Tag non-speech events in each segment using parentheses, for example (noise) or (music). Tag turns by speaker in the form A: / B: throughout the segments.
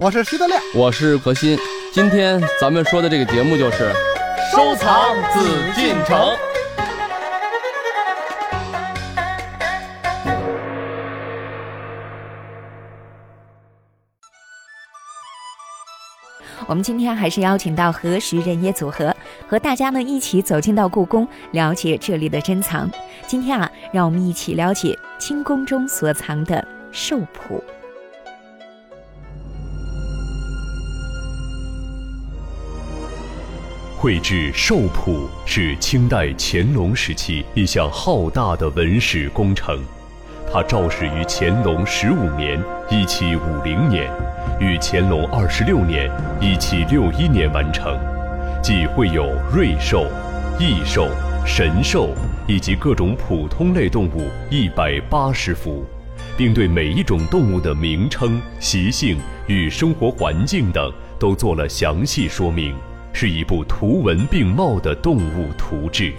A: 我是徐德亮，
B: 我是何鑫。今天咱们说的这个节目就是
A: 收藏紫禁城。
C: 我们今天还是邀请到何时人也组合，和大家呢一起走进到故宫，了解这里的珍藏。今天啊，让我们一起了解清宫中所藏的兽谱。
D: 绘制兽谱是清代乾隆时期一项浩大的文史工程，它肇始于乾隆十五年（一七五零年），于乾隆二十六年（一七六一年）完成，即会有瑞兽、异兽、神兽以及各种普通类动物一百八十幅，并对每一种动物的名称、习性与生活环境等都做了详细说明。是一部图文并茂的动物图志，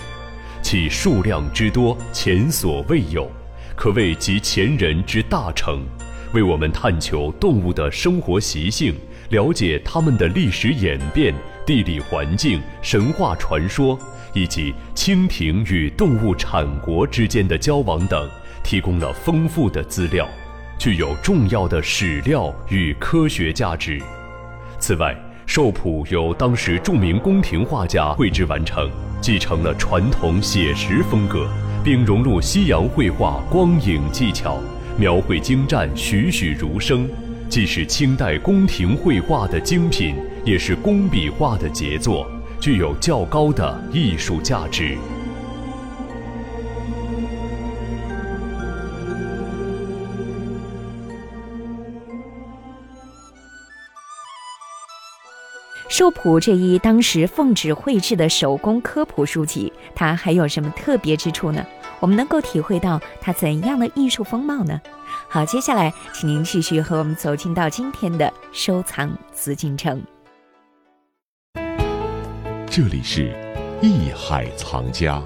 D: 其数量之多前所未有，可谓集前人之大成，为我们探求动物的生活习性，了解它们的历史演变、地理环境、神话传说，以及清廷与动物产国之间的交往等，提供了丰富的资料，具有重要的史料与科学价值。此外，兽谱由当时著名宫廷画家绘制完成，继承了传统写实风格，并融入西洋绘画光影技巧，描绘精湛，栩栩如生。既是清代宫廷绘画的精品，也是工笔画的杰作，具有较高的艺术价值。
C: 兽谱这一当时奉旨绘制的手工科普书籍，它还有什么特别之处呢？我们能够体会到它怎样的艺术风貌呢？好，接下来请您继续和我们走进到今天的收藏紫禁城。
D: 这里是艺海藏家。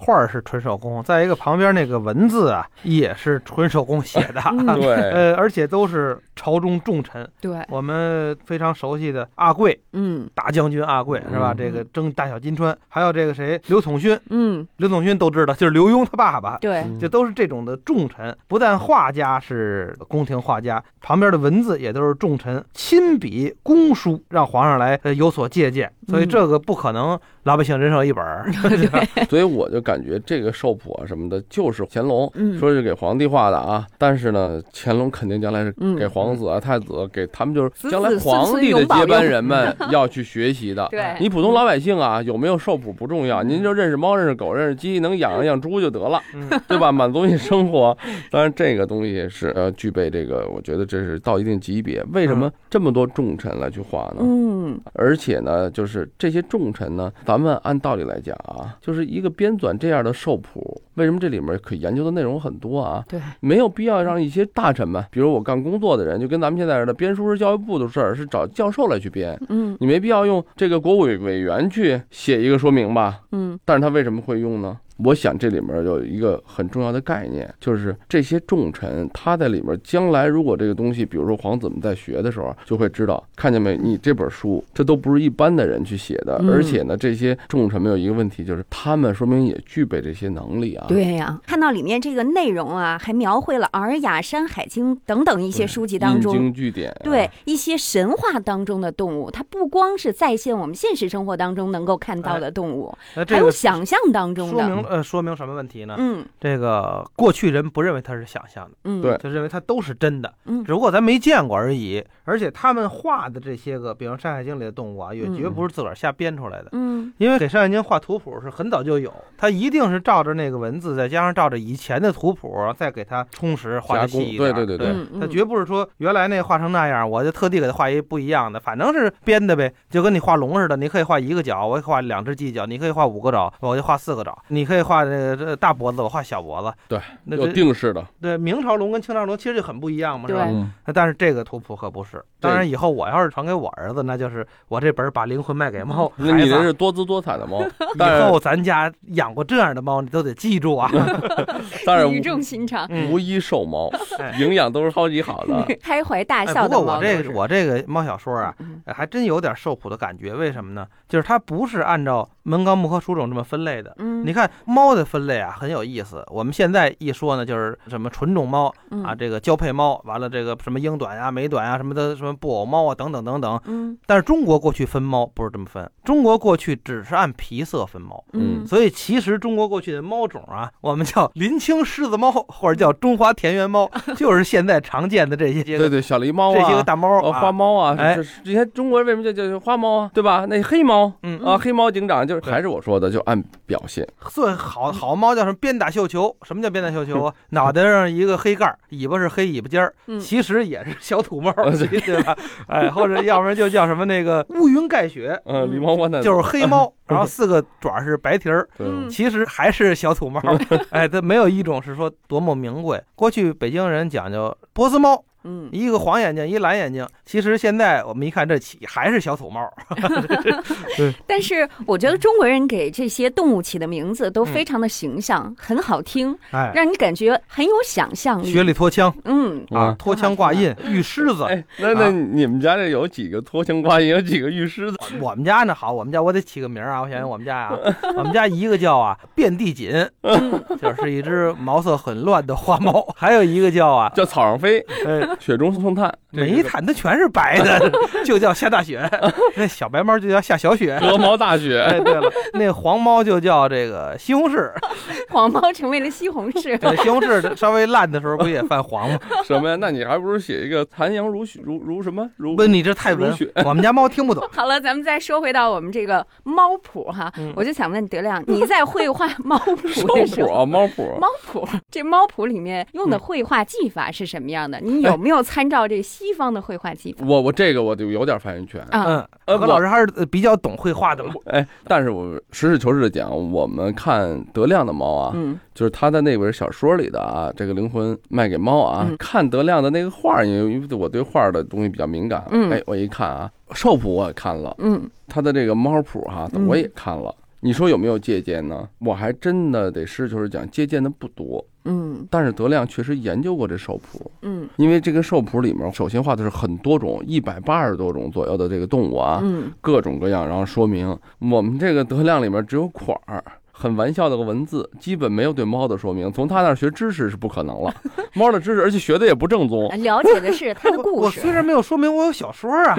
A: 画儿是纯手工，再一个旁边那个文字啊也是纯手工写的，
B: 对，
A: (laughs) 呃，而且都是朝中重臣，
E: 对，
A: 我们非常熟悉的阿贵
E: 嗯
A: 大将军阿贵是吧？
B: 嗯
A: 这个征大小金川，还有这个谁刘统勋，
E: 嗯，
A: 刘统勋都知道，就是刘墉他爸爸。
E: 对，
B: 嗯
A: 这都是这种的重臣，不但画家是宫廷画家，旁边的文字也都是重臣亲笔公书，让皇上来呃有所借鉴。所以
E: 嗯
A: 这个不可能老百姓人手一本儿。 (laughs)
B: (laughs) 所以我就感觉这个兽谱啊什么的，就是乾隆
E: 嗯
B: 说是给皇帝画的啊，但是呢，乾隆肯定将来是
E: 嗯
B: 给皇子啊、太子，给他们就是
E: 子
B: 将来
E: 子孙
B: 皇
E: 孙
B: 帝的
E: 永保
B: 接班
E: 佑
B: 人们 (laughs) 要去学习的。
E: 对，
B: 你普通老百姓啊，有没有兽谱不重要，您就认识猫、认识狗、认识鸡，能养一养猪就得了，
A: 嗯
E: (laughs)
B: 对吧？满足你生活。当然，这个东西是呃具备这个，我觉得这是到一定级别。为什么这么多重臣来去画呢？
E: 嗯
B: 而且呢，就是这些重臣呢，咱们按道理来讲
E: 嗯
B: 啊，就是一个编纂这样的兽谱，为什么这里面可研究的内容很多啊？
E: 对，
B: 没有必要让一些大臣们，比如我干工作的人，就跟咱们现在似的，编书是教育部的事儿，是找教授来去编，
E: 嗯
B: 你没必要用这个国务委员去写一个说明吧？
E: 嗯
B: 但是他为什么会用呢？我想这里面有一个很重要的概念，就是这些重臣他在里面将来如果这个东西，比如说皇子们在学的时候，就会知道，看见没？你这本书这都不是一般的人去写的，
E: 嗯
B: 而且呢，这些重臣们有一个问题，就是他们说明也具备这些能力啊。，
E: 对呀，看到里面这个内容啊，还描绘了《尔雅》《山海经》等等一些书籍当
B: 引
E: 中。
B: 经据典、啊。
E: 对一些神话当中的动物，它不光是再现我们现实生活当中能够看到的动物，
A: 那
E: 还
A: 哎这
E: 有
A: 个
E: 想象当中
A: 说
E: 的。
A: 明呃说明什么问题呢？
E: 嗯
A: 这个过去人不认为它是想象的，
E: 嗯，
B: 对
A: 就认为它都是真的，
E: 嗯
A: 只不过咱没见过而已。而且他们画的这些个，比如《山海经》里的动物啊，也
E: 嗯
A: 绝不是自个儿瞎编出来的。
E: 嗯
A: 因为给《山海经》画图谱是很早就有，它一定是照着那个文字，再加上照着以前的图谱，再给它充实画
B: 加
A: 的
B: 工
A: 细一点儿。
B: 对对对对
E: 嗯
A: 它
E: 嗯
A: 绝不是说原来那画成那样，我就特地给它画一不一样的，反正是编的呗，就跟你画龙似的，你可以画一个角，我也可以画两只犄角，你可以画五个爪，我就画四个爪，你可以这画这这大脖子，我画小脖子，
B: 对，
A: 那
B: 有
A: 这
B: 定式的，
A: 对明朝龙跟清朝龙其实就很不一样嘛，是吧？
E: 对
B: 嗯，
A: 但是这个图谱可不是。当然，以后我要是传给我儿子，那就是我这本儿把灵魂卖给猫。
B: 那
A: 孩
B: 你
A: 子
B: 这
A: 啊
B: 是多姿多彩的
A: (laughs)
B: 猫，
A: 以
B: 但
A: 后
B: 是
A: 咱家养过这样的猫，你都得记住啊。
B: 但
E: 语
B: 是
E: 重
A: (laughs)
E: 心长，
B: 无无一瘦猫
A: 嗯哎，
B: 营养都是超级好
A: (laughs)
B: 的，
E: 开怀大
A: 哎，
E: 笑
A: 不
E: 的
A: 过
E: 猫
A: 我
E: 都
A: 这
E: 是。
A: 个我这个猫小说啊，
E: 嗯
A: 还真有点受苦的感觉。为什么呢？就是它不是按照门纲目科属种这么分类的。
E: 嗯，
A: 你看猫的分类啊，很有意思。我们现在一说呢，就是什么纯种猫
E: 嗯
A: 啊，，这个交配猫，完了这个什么英短啊、美短啊，什么的什么布偶猫啊，等等等等。
E: 嗯
A: 但是中国过去分猫不是这么分，中国过去只是按皮色分猫，
E: 嗯，
A: 所以其实中国过去的猫种啊，我们叫林青狮子猫或者叫中华田园猫，就是现在常见的这些这
B: 对
A: 些
B: 对，小狸猫
A: 这些个
B: 啊，
A: 大猫
B: 呃，
A: 啊
B: 花猫啊，
A: 哎
B: 这是这些中国人为什么叫叫花猫啊，对吧？那黑猫
A: 嗯
B: 啊，黑猫警长就是
A: 对
B: 还是我说的，就按表现，
A: 最好好猫叫什么边打绣球？什么叫边打绣球啊？脑袋上一个黑盖儿，尾巴是黑尾巴尖儿，
E: 嗯
A: 其实也是小土猫，
B: 嗯
A: 对吧？哎，或者要不然就叫什么那个乌云盖雪，
B: 嗯，狸猫换蛋，
A: 就是黑猫，然后四个爪儿是白蹄儿，
B: 对
E: 嗯
A: 其实还是小土猫。哎，它没有一种是说多么名贵。过去北京人讲究波斯猫，
E: 嗯，
A: 一个黄眼睛，一蓝眼睛。其实现在我们一看这起还是小土猫，
E: 但是我觉得
B: 嗯
E: 中国人给这些动物起的名字都非常的形象，很好听，
A: 哎，
E: 让你感觉很有想象力。
A: 雪哎里脱枪
E: 嗯，
A: 啊，
B: 啊。
A: 脱枪挂印，玉狮子。
B: 哎，那
A: 啊
B: 那你们家这有几个脱枪瓜，也有几个玉狮子？
A: (laughs) 我们家呢好，我们家我得起个名儿啊，我想想我们家啊， (laughs) 我们家一个叫啊遍地锦，就是一只毛色很乱的花猫， (laughs) 还有一个叫啊，
B: 叫草上飞，
A: 呃，
B: 雪中送炭，这
A: 每一
B: 个
A: 毯子全是白的，就叫下大雪，那小白猫就叫下小雪。
B: 鹅毛大雪， (laughs)
A: 哎，对了，那黄猫就叫这个西红柿，
E: 黄猫成为了西
B: (laughs)
E: 红柿。
A: 对，西红柿稍微烂的时候不也泛黄吗？
B: 什么呀？那你还不如写一个残阳如雪，如如什么如
A: 不，你这太嗯文
B: 如雪，
A: (laughs) 我们家猫听不懂。
E: 好了，咱们再说回到我们这个猫谱哈，
A: 嗯
E: 我就想问德
B: (laughs)
E: 亮，你在绘画猫谱
B: 猫
E: 的时
B: 谱
E: 候，
B: 啊，猫谱。
E: 猫谱这猫谱里面用的绘画技法是什么样
B: 哎
E: 的？你有没有参照这西方的绘画技法？
B: 我我这个我就有点发言权。
E: 啊
A: 嗯，
B: 呃
A: 何老师还是呃比较懂绘画的嘛。
B: 哎，但是我实事求是的讲，我们看德亮的猫啊，
E: 嗯
B: 就是他在那本小说里的啊，这个灵魂卖给猫啊，
E: 嗯
B: 看德亮的那个画儿，因为因为我对画儿的东西比较敏感，
E: 嗯
B: 哎，我一看啊，兽谱我也看了，
E: 嗯
B: 他的这个猫谱哈、
E: 嗯
B: 我也看了。你说有没有借鉴呢？我还真的得实事求是讲，借鉴的不多。
E: 嗯
B: 但是德亮确实研究过这兽谱，
E: 嗯
B: 因为这个兽谱里面，首先画的是很多种，一百八十多种左右的这个动物啊，
E: 嗯
B: 各种各样，然后说明我们这个德亮里面只有款儿。很玩笑的个文字，基本没有对猫的说明。从他那儿学知识是不可能了，猫的知识，而且学的也不正宗
E: (laughs) 啊。了解的是它的
A: 我
B: (laughs)
E: 故
A: 我
E: 事
A: 虽。然没有说明我有小说啊，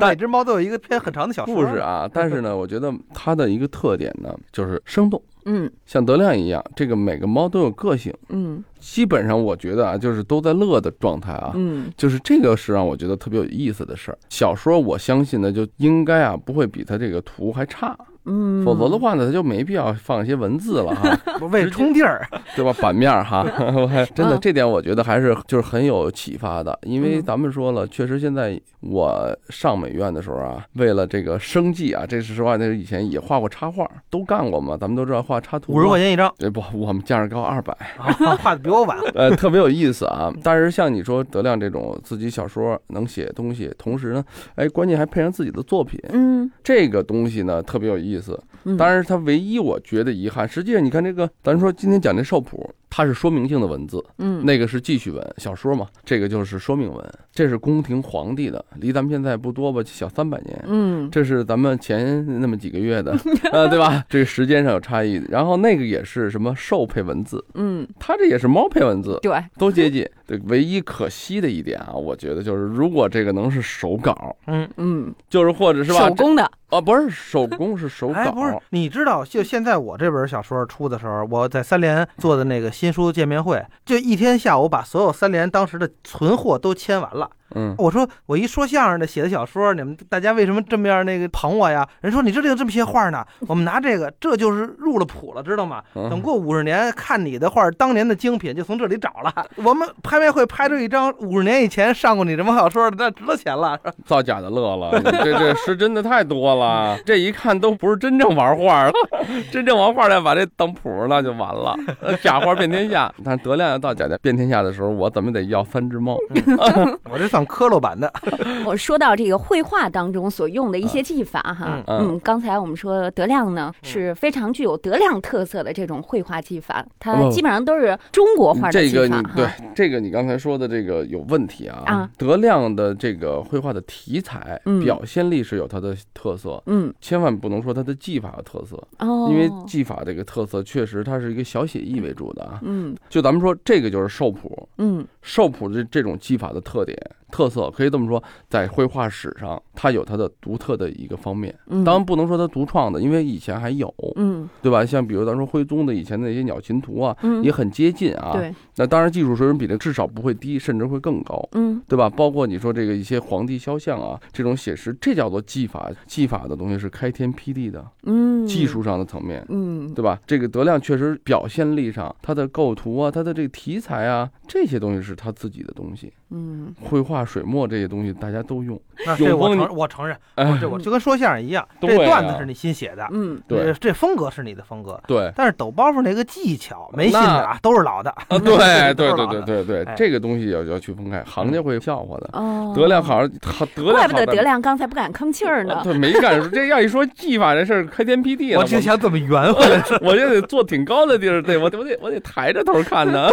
B: 但
A: 每只猫都有一个篇很长的小说
B: 故事。啊，但是呢，我觉得它的一个特点呢，就是生动，
E: 嗯
B: 像德亮一样，这个每个猫都有个性。
E: 嗯
B: 基本上我觉得啊，就是都在乐的状态啊，
E: 嗯
B: 就是这个是让我觉得特别有意思的事儿。小说我相信呢，就应该啊不会比它这个图还差，
E: 嗯，
B: 否则的话呢，它就没必要放一些文字了哈。
A: 不为充地儿，
B: 对吧？ (laughs) 版面儿哈， (laughs) 我还真的
E: 嗯
B: 这点我觉得还是就是很有启发的，因为
E: 嗯
B: 咱们说了，确实现在我上美院的时候啊，为了这个生计啊，这是实话，那是以前也画过插画，都干过嘛，咱们都知道画插图嘛。
A: 五十块钱一张，
B: 哎不，我们价儿高二百，
A: (laughs) 啊画的比我晚。
B: 呃，特别有意思
E: (laughs)
B: 啊。但是像你说德亮这种自己小说能写东西，同时呢，哎，关键还配上自己的作品，
E: 嗯
B: 这个东西呢特别有意思。
E: 嗯，
B: 当然，它唯一我觉得遗憾，实际上你看这个，咱说今天讲这兽谱，它是说明性的文字，
E: 嗯
B: 那个是记叙文，小说嘛，这个就是说明文，这是宫廷皇帝的，离咱们现在不多吧，小三百年。
E: 嗯
B: 这是咱们前那么几个月
E: (laughs)
B: 的，呃，对吧？这个时间上有差异。然后那个也是什么兽配文字，
E: 嗯
B: 它这也是猫配文字，
E: 对
B: 都接近。对，唯一可惜的一点啊，我觉得就是如果这个能是手稿，
A: 嗯，
E: 嗯
B: 就是或者是吧，
E: 手工的
B: 啊，不是手工是手稿，
A: 哎，不是，你知道，就现在我这本小说出的时候，我在三联做的那个新书见面会，就一天下午把所有三联当时的存货都签完了，
B: 嗯
A: 我说我一说相声的写的小说，你们大家为什么这么样那个捧我呀？人说你这里有这么些画呢，我们拿这个，这就是入了谱了，知道吗？
B: 嗯
A: 等过五十年看你的画，当年的精品就从这里找了。我们拍卖会拍出一张五十年以前上过你这本小说的，那值了钱了。
B: 造假的乐了，你这这是真的太多了，这一看都不是真正玩画儿，真正玩画儿的把这当谱儿那就完了，假画遍天下。但是德亮要到假的遍天下的时候，我怎么得要三只猫？
A: (laughs) 我这算磕漏版的，
E: 我说到这个绘画当中所用的一些技法哈，
B: 嗯
E: 嗯，刚才我们说德亮呢是非常具有德亮特色的这种绘画技法，它
B: 哦
E: 基本上都是中国画的
B: 这
E: 技
B: 个
E: 法
B: 你对
E: 哈。
B: 这个你刚才说的这个有问题啊。
E: 啊
B: 德亮的这个绘画的题材、
E: 嗯
B: 表现力是有它的特色，
E: 嗯
B: 千万不能说它的技法有特色，
E: 哦，
B: 因为技法这个特色确实它是一个小写意为主的啊。
E: 嗯
B: 就咱们说这个就是兽谱，
E: 嗯
B: 兽谱这这种技法的特点特色，可以这么说，在绘画史上它有它的独特的一个方面。
E: 嗯，
B: 当然不能说它独创的，因为以前还有，
E: 嗯
B: 对吧？像比如咱说徽宗的以前的那些鸟禽图啊，
E: 嗯
B: 也很接近啊。
E: 对
B: 那当然，技术水准比例至少不会低，甚至会更高，
E: 嗯
B: 对吧？包括你说这个一些皇帝肖像啊，这种写实，这叫做技法。技法的东西是开天辟地的，
E: 嗯
B: 技术上的层面，
E: 嗯
B: 对吧？这个德亮确实表现力上，他的构图啊，他的这个题材啊，这些东西是他自己的东西。
E: 嗯
B: 绘画、水墨这些东西大家都用，
A: (laughs) 那这
B: 永
A: 我
B: 丰
A: 承我承认，
B: 哎，
A: 这我就跟说相声一样，
B: 对啊
A: 这段子是你新写的，
E: 嗯
A: 这
B: 对
A: 这风格是你的风格，
B: 对。
A: 但是抖包袱那个技巧没新的啊， (laughs) 都是老的。
B: 啊，对对
A: 都是
B: 对
A: 老的
B: 对对对
A: 哎，
B: 这个东西要要区分开，行家会笑话的。
E: 哦，
B: 德亮好像他德亮
E: 怪不
B: 好
E: 得
B: 像
E: 德亮刚才不敢吭气儿
B: 啊
E: 呢。
B: 对，没敢说。这要一说技法这事儿，开天辟地了。
A: 我就想怎么圆回来。
B: (laughs) 我就得坐挺高的地儿，对我得我得我得抬着头看
A: (laughs)
B: 呢。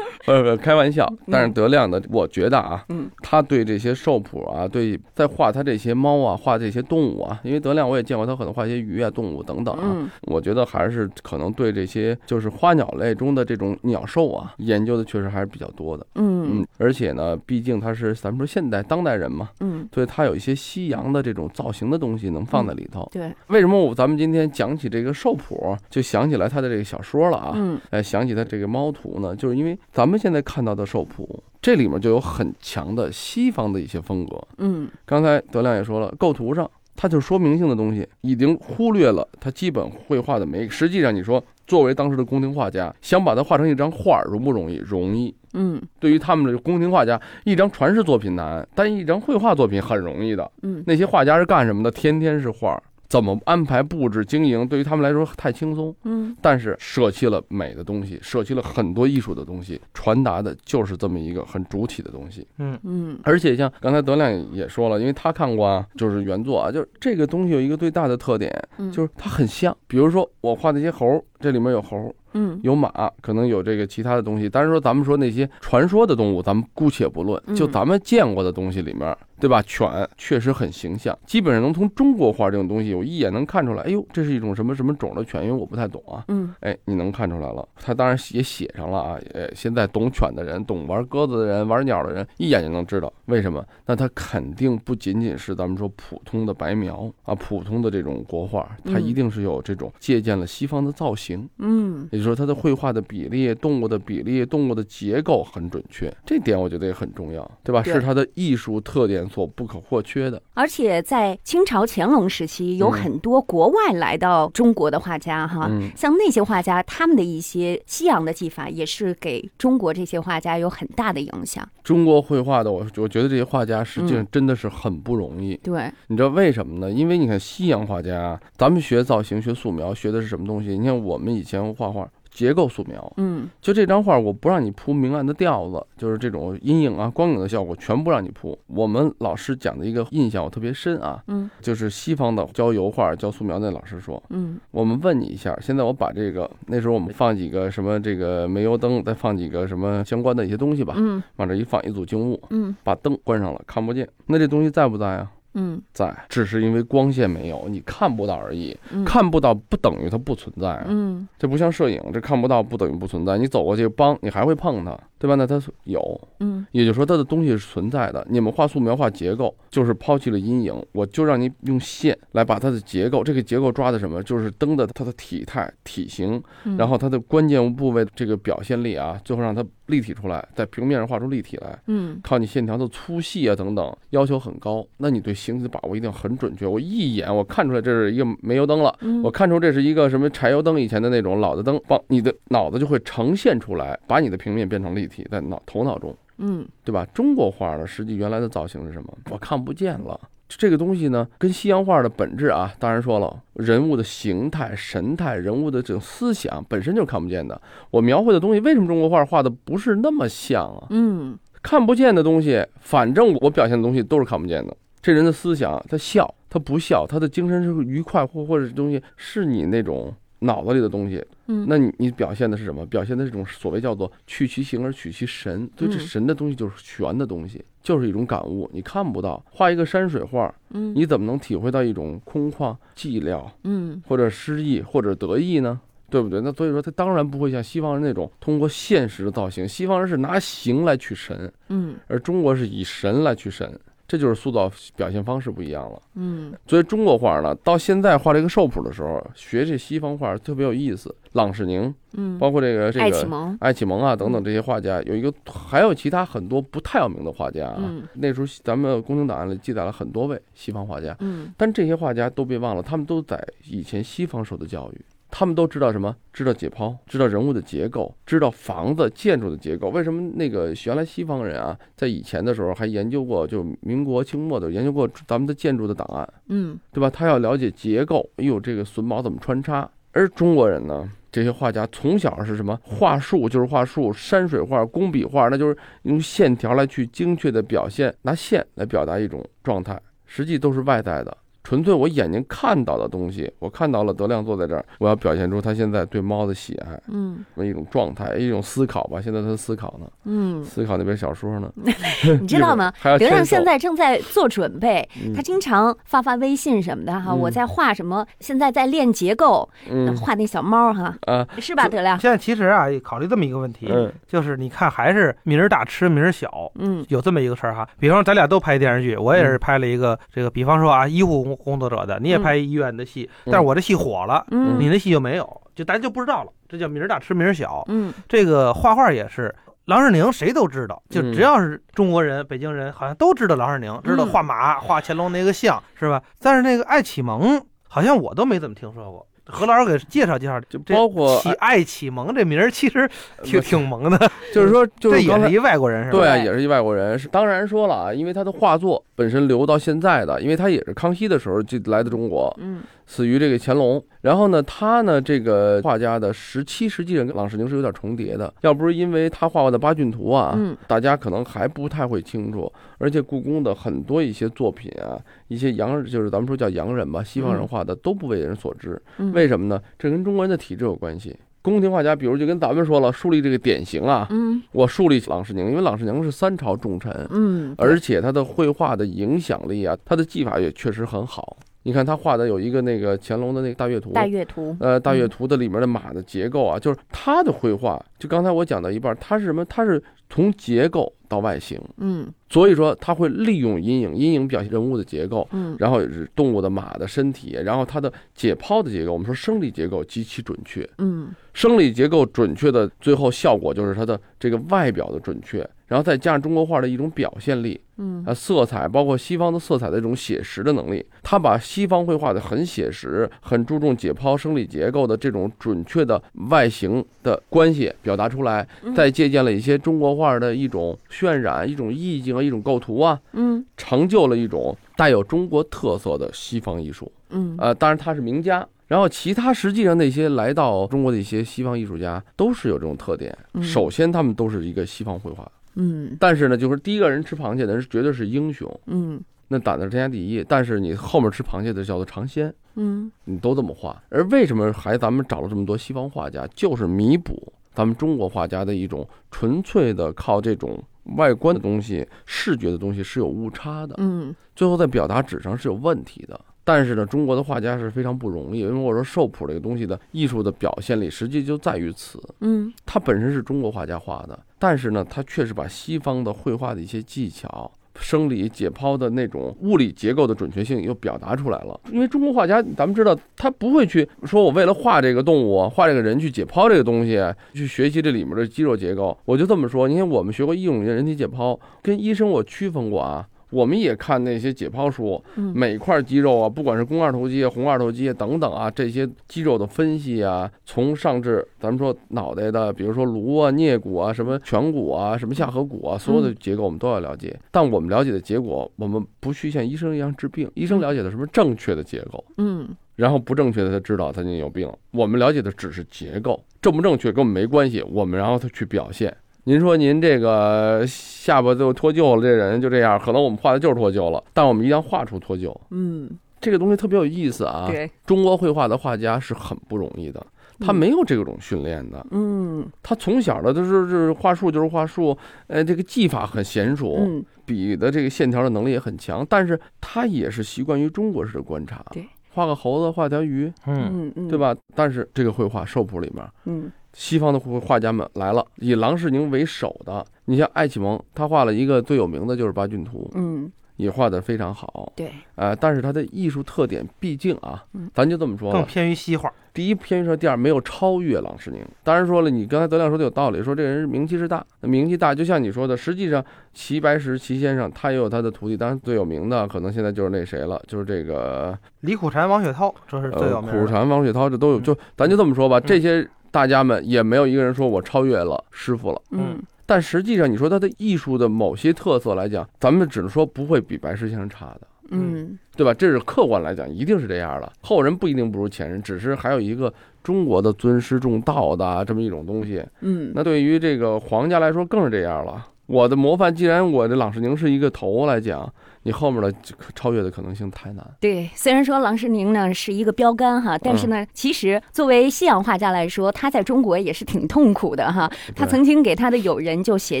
B: 不是不是，开玩笑。
A: 嗯
B: 但是德亮的，我觉得啊，
E: 嗯，
B: 他对这些兽谱啊，对在画他这些猫啊，画这些动物啊，因为德亮我也见过他可能画一些鱼啊、动物等等啊。
E: 嗯
B: 我觉得还是可能对这些就是花鸟类中的这种鸟兽啊，研究的确实还是比较多的。
E: 嗯
B: 嗯，而且呢，毕竟他是咱们说现代当代人嘛，
E: 嗯，
B: 所以它有一些西洋的这种造型的东西能放在里头。
E: 对，
B: 为什么我咱们今天讲起这个兽谱，就想起来他的这个小说了啊？
E: 嗯
B: 哎，想起他这个猫图呢，就是因为咱们现在看到的兽谱，这里面就有很强的西方的一些风格。
E: 嗯
B: 刚才德亮也说了，构图上它就说明性的东西已经忽略了，它基本绘画的每一个。实际上，你说作为当时的宫廷画家，想把它画成一张画儿容不容易？容易。
E: 嗯
B: 对于他们的宫廷画家，一张传世作品难，但一张绘画作品很容易的。
E: 嗯
B: 那些画家是干什么的？天天是画儿，怎么安排布置经营，对于他们来说太轻松。
E: 嗯
B: 但是舍弃了美的东西，舍弃了很多艺术的东西，传达的就是这么一个很主体的东西。
E: 嗯
B: 而且像刚才德亮也说了，因为他看过啊，就是原作啊，就是这个东西有一个最大的特点，
E: 嗯，
B: 就是它很像。比如说我画那些猴儿，这里面有猴儿，
E: 嗯
B: 有马，可能有这个其他的东西。但是说咱们说那些传说的动物，咱们姑且不论，
E: 嗯
B: 就咱们见过的东西里面，对吧？犬确实很形象，基本上能从中国画这种东西，我一眼能看出来。哎呦，这是一种什么什么种的犬，因为我不太懂啊。
E: 嗯
B: 哎，你能看出来了，他当然也写上了啊。呃，现在懂犬的人、懂玩鸽子的人、玩鸟的人，一眼就能知道为什么。那他肯定不仅仅是咱们说普通的白描啊，普通的这种国画，它
E: 嗯
B: 一定是有这种借鉴了西方的造型。
E: 嗯
B: 也就是说，它的绘画的比例、动物的比例、动物的结构很准确，这点我觉得也很重要，对吧？
E: 对
B: 是它的艺术特点所不可或缺的。
E: 而且在清朝乾隆时期，有
B: 嗯
E: 很多国外来到中国的画家哈，
B: 嗯
E: 像那些画家，他们的一些西洋的技法，也是给中国这些画家有很大的影响。
B: 中国绘画的，我我觉得这些画家实际
E: 嗯
B: 上真的是很不容易。
E: 对，
B: 你知道为什么呢？因为你看西洋画家，咱们学造型、学素描，学的是什么东西？你看我们以前画画。结构素描，
E: 嗯
B: 就这张画，我不让你铺明暗的调子，就是这种阴影啊、光影的效果，全不让你铺。我们老师讲的一个印象我特别深啊，
E: 嗯
B: 就是西方的教油画、教素描那老师说，
E: 嗯
B: 我们问你一下，现在我把这个那时候我们放几个什么这个煤油灯，再放几个什么相关的一些东西吧，
E: 嗯
B: 往这一放，一组静物，
E: 嗯
B: 把灯关上了，看不见。那这东西在不在啊？
E: 嗯
B: 在，只是因为光线没有，你看不到而已。
E: 嗯
B: 看不到不等于它不存在啊，
E: 嗯
B: 这不像摄影，这看不到不等于不存在。你走过去，帮你还会碰它，对吧？那它是有，
E: 嗯
B: 也就是说它的东西是存在的。你们画素描、画结构，就是抛弃了阴影，我就让你用线来把它的结构，这个结构抓的什么？就是灯的它的体态、体型，
E: 嗯，
B: 然后它的关键部位这个表现力啊，最后让它立体出来，在平面上画出立体来。
E: 嗯
B: 靠你线条的粗细啊等等要求很高，那你对形体的把握一定很准确。我一眼我看出来这是一个煤油灯了，
E: 嗯，
B: 我看出这是一个什么柴油灯以前的那种老的灯，帮你的脑子就会呈现出来，把你的平面变成立体在脑头脑中，
E: 嗯
B: 对吧？中国画呢，实际原来的造型是什么？我看不见了。这个东西呢，跟西洋画的本质啊，当然说了，人物的形态、神态、人物的这种思想本身就是看不见的。我描绘的东西，为什么中国画画的不是那么像啊？
E: 嗯
B: 看不见的东西，反正我表现的东西都是看不见的。这人的思想，他笑，他不笑，他的精神是愉快或或者是东西，是你那种脑子里的东西。
E: 嗯，
B: 那你你表现的是什么？表现的是一种所谓叫做去其形而取其神，对这
E: 嗯
B: 神的东西就是玄的东西，就是一种感悟。你看不到，画一个山水画，
E: 嗯
B: 你怎么能体会到一种空旷、寂寥
E: 嗯
B: 或者诗意或者得意呢？对不对？那所以说，他当然不会像西方人那种通过现实的造型，西方人是拿形来取神。
E: 嗯
B: 而中国是以神来去神，这就是塑造表现方式不一样了。
E: 嗯
B: 所以中国画呢，到现在画这个兽谱的时候，学这西方画特别有意思。郎世宁，
E: 嗯，
B: 包括这个哦这
E: 爱启
B: 个
E: 蒙，
B: 艾启蒙啊等
E: 嗯
B: 等这些画家，有一个还有其他很多不太有名的画家啊。
E: 嗯
B: 那时候咱们宫廷档案里记载了很多位西方画家，
E: 嗯
B: 但这些画家都被忘了，他们都在以前西方受的教育，他们都知道什么？知道解剖，知道人物的结构，知道房子建筑的结构。为什么那个原来西方人啊，在以前的时候还研究过，就民国清末的时候研究过咱们的建筑的档案，
E: 嗯
B: 对吧？他要了解结构，哎呦，这个榫卯怎么穿插？而中国人呢，这些画家从小是什么？画树就是画树，山水画、工笔画，那就是用线条来去精确的表现，拿线来表达一种状态，实际都是外在的。纯粹我眼睛看到的东西，我看到了德亮坐在这儿，我要表现出他现在对猫的喜爱，
E: 嗯
B: 那一种状态，一种思考吧。现在他思考呢，
E: 嗯，
B: 思考那本小说呢，嗯
E: 你知道吗？
B: 还要
E: 刘
B: 牵
E: 亮
B: 手
E: 现在正在做准备，
B: 嗯
E: 他经常发发微信什么的哈，
B: 嗯
E: 我在画什么，现在在练结构，
B: 嗯
E: 画那小猫哈，
B: 啊
E: 是吧，德亮？
A: 现在其实啊，考虑这么一个问题，
B: 嗯
A: 就是你看还是名儿大吃名儿小。
E: 嗯
A: 有这么一个事儿哈，比方说咱俩都拍电视剧，我也
B: 嗯
A: 是拍了一个这个，比方说啊，医护工工作者的，你也拍医院的戏，
B: 嗯
A: 但是我这戏火了，
E: 嗯
A: 你那戏就没有，就咱就不知道了，这叫名儿大吃名儿小。
E: 嗯
A: 这个画画也是，郎世宁谁都知道，就
B: 嗯
A: 只要是中国人、北京人，好像都知道郎世宁，知道画马、画乾隆那个像是吧？但是那个爱启蒙，好像我都没怎么听说过。何老师给介绍介绍，
B: 就
A: 这
B: 包括呃
A: 启爱启蒙这名儿其实挺挺萌的，
B: 就是说，就
A: 这
B: 是
A: 也
B: 刚才
A: 是一外国人是吧？
B: 对啊，
E: 对
B: 也是一外国人。是当然说了啊，因为他的画作本身留到现在的，因为他也是康熙的时候就来的中国，
E: 嗯
B: 死于这个乾隆。然后呢，他呢这个画家的时期实际上跟郎世宁是有点重叠的，要不是因为他画过的八骏图啊，
E: 嗯
B: 大家可能还不太会清楚。而且故宫的很多一些作品啊，一些洋人就是咱们说叫洋人吧，西方人
E: 嗯
B: 画的都不为人所知。
E: 嗯，
B: 为什么呢？这跟中国人的体制有关系。宫廷画家，比如就跟咱们说了，树立这个典型啊，
E: 嗯
B: 我树立郎世宁，因为郎世宁是三朝重臣，
E: 嗯，
B: 而且他的绘画的影响力啊，他的技法也确实很好。你看他画的有一个那个乾隆的那个大阅图，
E: 大嗯阅图，
B: 呃，大阅图的里面的马的结构啊，就是他的绘画，就刚才我讲到一半，他是什么？他是从结构到外形，
E: 嗯
B: 所以说他会利用阴影，阴影表现人物的结构。
E: 嗯
B: 然后也是动物的马的身体，然后它的解剖的结构，我们说生理结构极其准确，
E: 嗯
B: 生理结构准确的最后效果就是它的这个外表的准确，然后再加上中国画的一种表现力
E: 嗯
B: 啊，色彩包括西方的色彩的一种写实的能力，他把西方绘画的很写实，很注重解剖生理结构的这种准确的外形的关系表达出来，再借鉴了一些中国画的一种渲染、一种意境啊、一种构图啊，
E: 嗯
B: 成就了一种带有中国特色的西方艺术。
E: 嗯
B: 呃，当然他是名家。然后，其他实际上那些来到中国的一些西方艺术家都是有这种特点。
E: 嗯
B: 首先，他们都是一个西方绘画，
E: 嗯
B: 但是呢，就是第一个人吃螃蟹的人是绝对是英雄，
E: 嗯
B: 那胆子是天下第一。但是你后面吃螃蟹的叫做尝鲜，
E: 嗯
B: 你都这么画。而为什么还咱们找了这么多西方画家，就是弥补咱们中国画家的一种纯粹的靠这种外观的东西、视觉的东西是有误差的。
E: 嗯
B: 最后在表达纸上是有问题的。但是呢，中国的画家是非常不容易，因为我说兽谱这个东西的艺术的表现力，实际就在于此。
E: 嗯
B: 它本身是中国画家画的，但是呢，它确实把西方的绘画的一些技巧。生理解剖的那种物理结构的准确性又表达出来了，因为中国画家，咱们知道他不会去说，我为了画这个动物、画这个人去解剖这个东西，去学习这里面的肌肉结构。我就这么说，你看我们学过医用人体解剖，跟医生我区分过啊，我们也看那些解剖书，
E: 嗯
B: 每块肌肉啊，不管是肱二头肌、红二头肌等等啊，这些肌肉的分析啊，从上至咱们说脑袋的，比如说颅啊、颞骨啊、什么颧骨啊、什么下颌骨啊，所有的结构我们都要了解。但我们了解的结果，我们不去像医生一样治病，医生了解的是什么正确的结构，
E: 嗯
B: 然后不正确的他知道他就有病了。我们了解的只是结构，正不正确跟我们没关系。我们然后他去表现。您说您这个下巴就脱臼了，这人就这样，可能我们画的就是脱臼了，但我们一样画出脱臼。
E: 嗯，
B: 这个东西特别有意思啊。
E: 对，
B: 中国绘画的画家是很不容易的，他
E: 嗯
B: 没有这种训练的。
E: 嗯
B: 他从小的就是就是画术就是画术，呃，这个技法很娴熟，
E: 嗯，
B: 笔的这个线条的能力也很强，但是他也是习惯于中国式的观察。
E: 对。
B: 画个猴子，画条鱼，
A: 嗯，
E: 嗯嗯，
B: 对？吧？但是这个绘画兽谱里面，
E: 嗯
B: 西方的绘画家们来了，以郎世宁为首的，你像艾启蒙，他画了一个最有名的就是《八骏图》，
E: 嗯，
B: 也画得非常好。
E: 对，
B: 呃，但是它的艺术特点，毕竟啊
E: 嗯，
B: 咱就这么说
A: 更
B: 吧，
A: 偏于西化。
B: 第一偏于说，第二没有超越郎世宁。当然说了，你刚才德亮说的有道理，说这个人名气是大，那名气大，就像你说的，实际上齐白石齐先生他也有他的徒弟，当然最有名的可能现在就是那谁了，就是这个
A: 李苦禅、王雪涛，这是最
B: 呃
A: 有名
B: 苦
A: 的。
B: 禅、王雪涛，这都有。
A: 嗯
B: 就咱就这么说吧，这些大家们也没有一个人说我超越了师傅了。
E: 嗯
B: 但实际上，你说他的艺术的某些特色来讲，咱们只能说不会比白石先生差的。
E: 嗯
B: 对吧？这是客观来讲，一定是这样的。后人不一定不如前人，只是还有一个中国的尊师重道的啊这么一种东西。
E: 嗯，
B: 那对于这个皇家来说，更是这样了。我的模范，既然我的郎世宁是一个头来讲，你后面的超越的可能性太难。
E: 对，虽然说郎世宁呢是一个标杆哈，但是
B: 嗯
E: 呢，其实作为西洋画家来说，他在中国也是挺痛苦的哈。他曾经给他的友人就写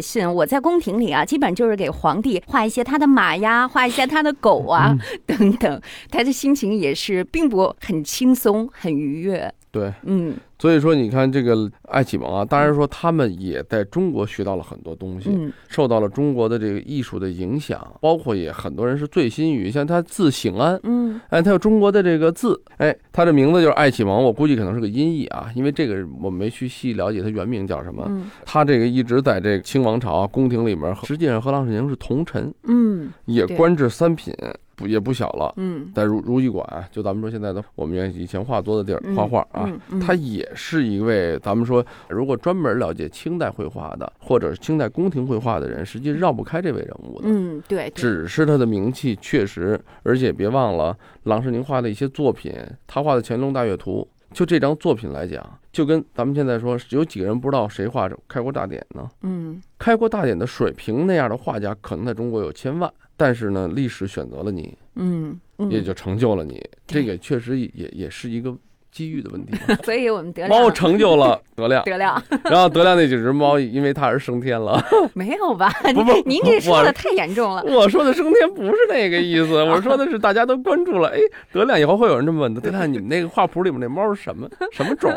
E: 信，我在宫廷里啊，基本就是给皇帝画一些他的马呀，画一些他的狗啊、
B: 嗯
E: (laughs) 等等，他的心情也是并不很轻松，很愉悦。
B: 对，
E: 嗯
B: 所以说你看这个爱启蒙啊，当然说他们也在中国学到了很多东西。
E: 嗯
B: 受到了中国的这个艺术的影响，包括也很多人是醉心于，像他字醒安，
E: 嗯
B: 哎，它有中国的这个字，哎，它的名字就是爱启蒙，我估计可能是个音译啊，因为这个我没去细了解它原名叫什么。
E: 嗯
B: 它这个一直在这个清王朝啊宫廷里面，实际上和郎世宁是同臣，
E: 嗯
B: 也
E: 对
B: 官至三品，不也不小了。
E: 嗯，
B: 在如如意馆，啊就咱们说现在的我们原以前画作的地儿，
E: 嗯
B: 画画啊，，
E: 嗯
B: 他也是一位，咱们说，如果专门了解清代绘画的，或者是清代宫廷绘画的人，实际绕不开这位人物的。
E: 嗯对，对
B: 只是他的名气确实，而且别忘了郎世宁画的一些作品，他画的《乾隆大阅图》，就这张作品来讲，就跟咱们现在说，有几个人不知道谁画着《开国大典》呢？
E: 嗯
B: 《开国大典》的水平那样的画家，可能在中国有千万，但是呢，历史选择了你，
E: 嗯嗯，
B: 也就成就了你，
E: 对
B: 这个确实也也是一个机遇的 (laughs) 问题。
E: 所以我们得
B: 猫
E: 了
B: 成就了德亮，
E: 得
B: (laughs)
E: 了。
B: 然后德亮那几只猫因为他而升天了。
E: 没有吧？
B: 不不
E: 您这说
B: 我
E: 的太严重了。
B: (laughs) 我说的升天不是那个意思，我说的是大家都关注了。哎，德亮以后会有人这么问的，德亮，你们那个画谱里面那猫是什么什么种？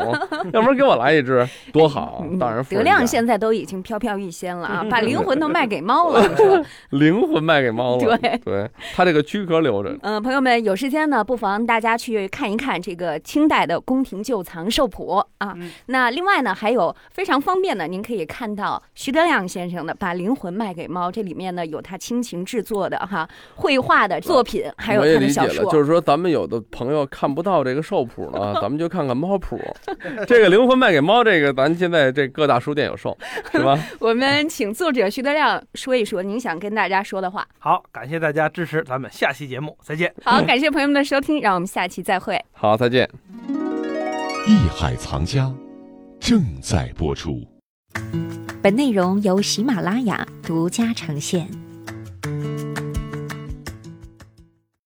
B: 要不然给我来一只，多好！当然富
E: 嗯德
B: 人家，
E: 亮现在都已经飘飘欲仙
B: (laughs)
E: 了啊，把灵魂都卖给猫了。 (laughs) 你说，
B: 灵魂卖给猫了，
E: 对
B: 他这个躯壳留着。
E: 嗯，朋友们有时间呢，不妨大家去看一看这个清代的宫廷旧藏兽谱啊。
B: 嗯
E: 那另外呢，还有非常方便的，您可以看到徐德亮先生的《把灵魂卖给猫》，这里面呢有他亲情制作的哈绘画的作品， (laughs) 还有
B: 我也
E: 他的
B: 理解
E: 小
B: 了，
E: 说。
B: 就是说咱们有的朋友看不到这个兽谱了，咱们就看看猫谱。
A: (laughs)
B: 这个灵魂卖给猫，这个咱现在这各大书店有售，是吧？
E: 我们请作者徐德亮说一说您想跟大家说的话。
A: 好，感谢大家支持，咱们下期节目再见。
B: (laughs)
E: 好，感谢朋友们的收听，让我们下期再会。
B: 好，再见。
D: 艺海藏家正在播出。
C: 本内容由喜马拉雅独家呈现。